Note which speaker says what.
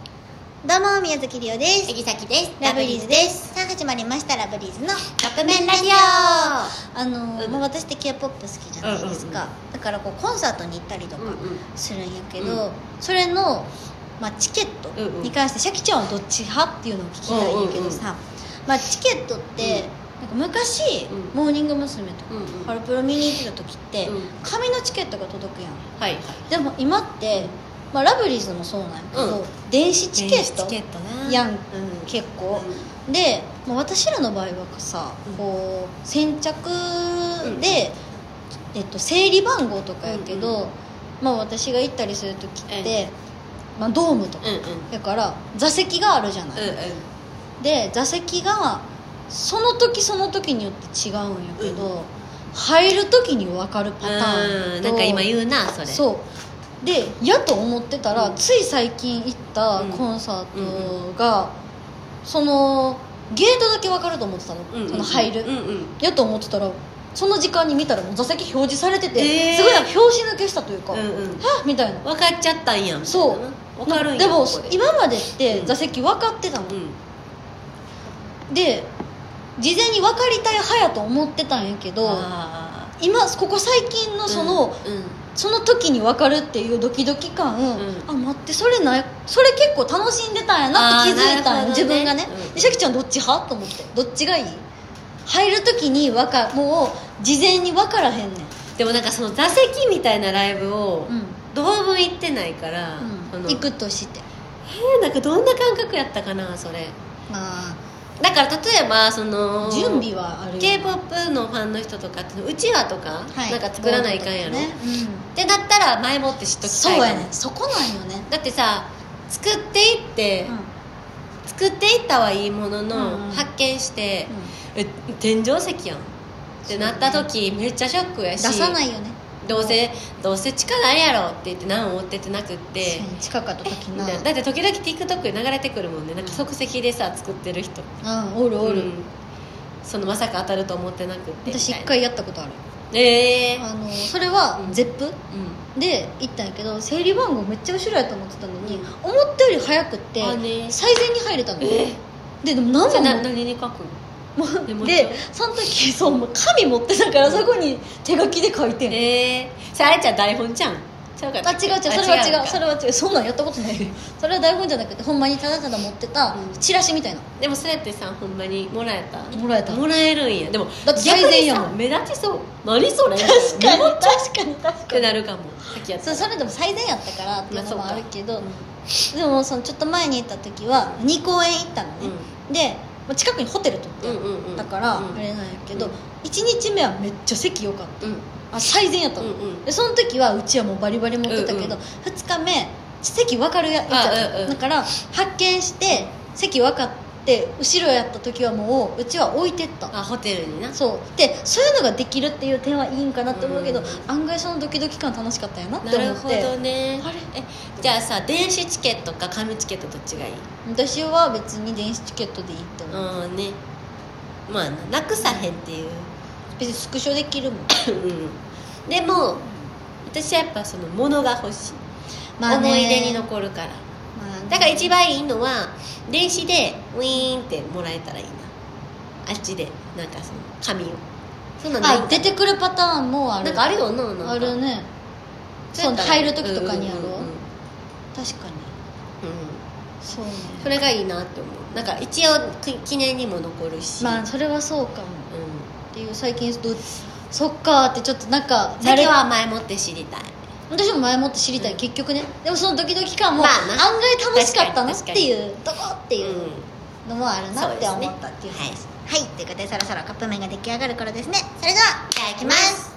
Speaker 1: どうも宮崎りおです
Speaker 2: 杉崎です
Speaker 1: ラブリーズですさあ始まりましたラブリーズの
Speaker 2: 六面ラジ
Speaker 1: オあの、
Speaker 2: うん
Speaker 1: まあ、私って k p o p 好きじゃないですか、
Speaker 2: うん
Speaker 1: だからこうコンサートに行ったりと
Speaker 2: うんう
Speaker 1: か
Speaker 2: ん
Speaker 1: するんやけど、
Speaker 2: うん
Speaker 1: それの、まあ、チケット
Speaker 2: うんうん
Speaker 1: に関してシャキちゃんはどっち派っていうのを聞きたいんやけどさ、まあ、チケットって、なんか昔、
Speaker 2: うん
Speaker 1: モーニング娘。とか、
Speaker 2: うんうん
Speaker 1: ハロプロ見に行ってた時って、
Speaker 2: うん
Speaker 1: 紙のチケットが届くやん
Speaker 2: はい
Speaker 1: でも今って、まあ、ラブリーズもそうなんやけど、
Speaker 2: うん
Speaker 1: 電子チケット
Speaker 2: トな
Speaker 1: やん
Speaker 2: うん
Speaker 1: 結構、で、まあ、私らの場合はさ、
Speaker 2: うん
Speaker 1: こう先着
Speaker 2: うん
Speaker 1: で、えっと、整理番号とかやけ
Speaker 2: うん
Speaker 1: ど、まあ、私が行ったりする時って、
Speaker 2: え
Speaker 1: まあ、ドームとか、
Speaker 2: うんうんうん
Speaker 1: だから座席があるじゃない、で座席がその時その時によって違うんやけど、
Speaker 2: う
Speaker 1: 入る時に分かるパタ
Speaker 2: う
Speaker 1: ーン
Speaker 2: ん
Speaker 1: と
Speaker 2: なんか今言うなそれ
Speaker 1: そうでやと思ってたら、
Speaker 2: うん
Speaker 1: つい最近行ったコンサートが、そのゲートだけ分かると思ってたの,、
Speaker 2: うんうん
Speaker 1: その入る、
Speaker 2: うんうん
Speaker 1: やと思ってたらその時間に見たらもう座席表示されてて、
Speaker 2: えー
Speaker 1: すごいなんか拍子抜けしたというか、
Speaker 2: うんうん
Speaker 1: はっみたいな
Speaker 2: 分かっちゃったんやん
Speaker 1: そう
Speaker 2: 分かるんや
Speaker 1: でも
Speaker 2: ここで
Speaker 1: 今までって
Speaker 2: うん
Speaker 1: 座席分かってたの、
Speaker 2: うん
Speaker 1: で事前に分かりたい派やと思ってたんやけど
Speaker 2: あ
Speaker 1: 今ここ最近
Speaker 2: ー
Speaker 1: のその、
Speaker 2: うんうん
Speaker 1: その時に分かるっていうドキドキ感、
Speaker 2: ん
Speaker 1: あ待ってそれないそれ結構楽しんでたんやなって気づいたんや、
Speaker 2: あーなるほどね
Speaker 1: 自分がね、
Speaker 2: うん
Speaker 1: でシャキちゃんどっち派と思ってどっちがいい入る時に分かもう事前に分からへんねん、
Speaker 2: でもなんかその座席みたいなライブを
Speaker 1: うん
Speaker 2: ドーム行ってないからその
Speaker 1: 行くとして
Speaker 2: えーなんかどんな感覚やったかなそれ
Speaker 1: まあ
Speaker 2: だから例えばその
Speaker 1: 準備はあるよ
Speaker 2: k p o p のファンの人とかってうちわとか、
Speaker 1: はい
Speaker 2: なんか作らないかんやろ、
Speaker 1: ね
Speaker 2: ってなったら前もって知っ
Speaker 1: うん、
Speaker 2: とき
Speaker 1: そ
Speaker 2: たいうか
Speaker 1: や
Speaker 2: も
Speaker 1: ねそこなんよね、
Speaker 2: だってさ作っていって、作っていったはいいものの、
Speaker 1: うんうん
Speaker 2: 発見して、え天井石やんってなった時、めっちゃショックや
Speaker 1: 出
Speaker 2: し
Speaker 1: さないよね
Speaker 2: どうせどうせ地下ないやろって言って何を追ってってなくって
Speaker 1: 確かに近かった時な
Speaker 2: だだって時々 TikTok で流れてくるもんねなんか即席でさ作ってる人
Speaker 1: うんおるおる、
Speaker 2: うんそのまさか当たると思ってなくって
Speaker 1: 私一
Speaker 2: みたい
Speaker 1: 回やったことある
Speaker 2: なええ
Speaker 1: あのそれは
Speaker 2: うん
Speaker 1: ZEP、
Speaker 2: う
Speaker 1: で行ったんやけど整理番号めっちゃ後ろやと思ってたのに、
Speaker 2: うん
Speaker 1: 思ったより早くって
Speaker 2: あね
Speaker 1: 最善に入れたの、
Speaker 2: え
Speaker 1: ででも何
Speaker 2: んじゃあ
Speaker 1: も
Speaker 2: な
Speaker 1: も
Speaker 2: 何に書くのメモ帳
Speaker 1: でその時そうもう紙持ってたからそこに手書きで書いてん、
Speaker 2: ええそれあれちゃん台本じゃんちゃうか
Speaker 1: あ違う違うそれは違う
Speaker 2: か
Speaker 1: それは違うそんなんやったことないよそれは台本じゃなくてほんまにただただ持ってた
Speaker 2: うん
Speaker 1: チラシみたいな
Speaker 2: でもそれってさほんまにもらえた
Speaker 1: もらえた
Speaker 2: もらえるんやでも
Speaker 1: だって最善やもん
Speaker 2: 逆にさ目立ちそう何それ
Speaker 1: 確かに
Speaker 2: っ
Speaker 1: 確かに確か
Speaker 2: て
Speaker 1: に
Speaker 2: なるかもさっきやった
Speaker 1: そうそれでも最善やったからっていうの
Speaker 2: ま
Speaker 1: も
Speaker 2: あそうか
Speaker 1: あるけど、
Speaker 2: うん
Speaker 1: でもそのちょっと前に行った時は2公園行ったのね、でまあ近くにホテル取ってある
Speaker 2: うんうんうん
Speaker 1: だから
Speaker 2: うん
Speaker 1: あれなんやけど、
Speaker 2: うん
Speaker 1: 1日目はめっちゃ席良かっ
Speaker 2: うんうん
Speaker 1: たあ最善やったの、
Speaker 2: うんうん
Speaker 1: でその時はうちはもうバリバリ持ってたけど、
Speaker 2: うんうん
Speaker 1: 2日目席分かるややつやった
Speaker 2: あうんうん
Speaker 1: だから発見して席分かって後ろやった時はもううちは置いてった
Speaker 2: あホテルにな
Speaker 1: そうでそういうのができるっていう点はいいんかなって思うけど、
Speaker 2: うん
Speaker 1: 案外そのドキドキ感楽しかったよなっ
Speaker 2: な
Speaker 1: て思
Speaker 2: る
Speaker 1: っ
Speaker 2: ほ
Speaker 1: て
Speaker 2: どね
Speaker 1: あれ
Speaker 2: えじゃあさ電子チケットか紙チケットどっちがいい
Speaker 1: 私は別に電子チケットでいいと思う、
Speaker 2: うんねまあななくさへんっていう
Speaker 1: 別にスクショできるもん
Speaker 2: うんでも私はやっぱその物が欲しい、
Speaker 1: ね
Speaker 2: 思い出に残るから
Speaker 1: まあね
Speaker 2: だから一番いいのは電子でウィーンってもらえたらいいなあっちでなんかその紙をそんなんないん
Speaker 1: あ
Speaker 2: か
Speaker 1: 出てくるパターンもある
Speaker 2: なんかあるよななんか
Speaker 1: あるね
Speaker 2: そ
Speaker 1: そうう
Speaker 2: やったら
Speaker 1: 入る時とかにやろう,、
Speaker 2: うんうんうんうん
Speaker 1: 確かにそうね
Speaker 2: それがいいなって思うなんか一応き記念にも残るし、
Speaker 1: まあそれはそうかも
Speaker 2: う
Speaker 1: っていう最近どうそっかーってちょっとなんか
Speaker 2: ん、先は前もって知りたい
Speaker 1: 私も前もって知りたい、
Speaker 2: うん
Speaker 1: 結局ねでもそのドキドキ感も、
Speaker 2: まあ
Speaker 1: 案
Speaker 2: な
Speaker 1: 外楽しかったなっ
Speaker 2: 確か
Speaker 1: て
Speaker 2: に
Speaker 1: いうどこっていう、のもあるなって思ったっていう
Speaker 2: そうですね
Speaker 1: はい、ということでそろそろカップ麺が出来上がる頃ですねそれではいただきます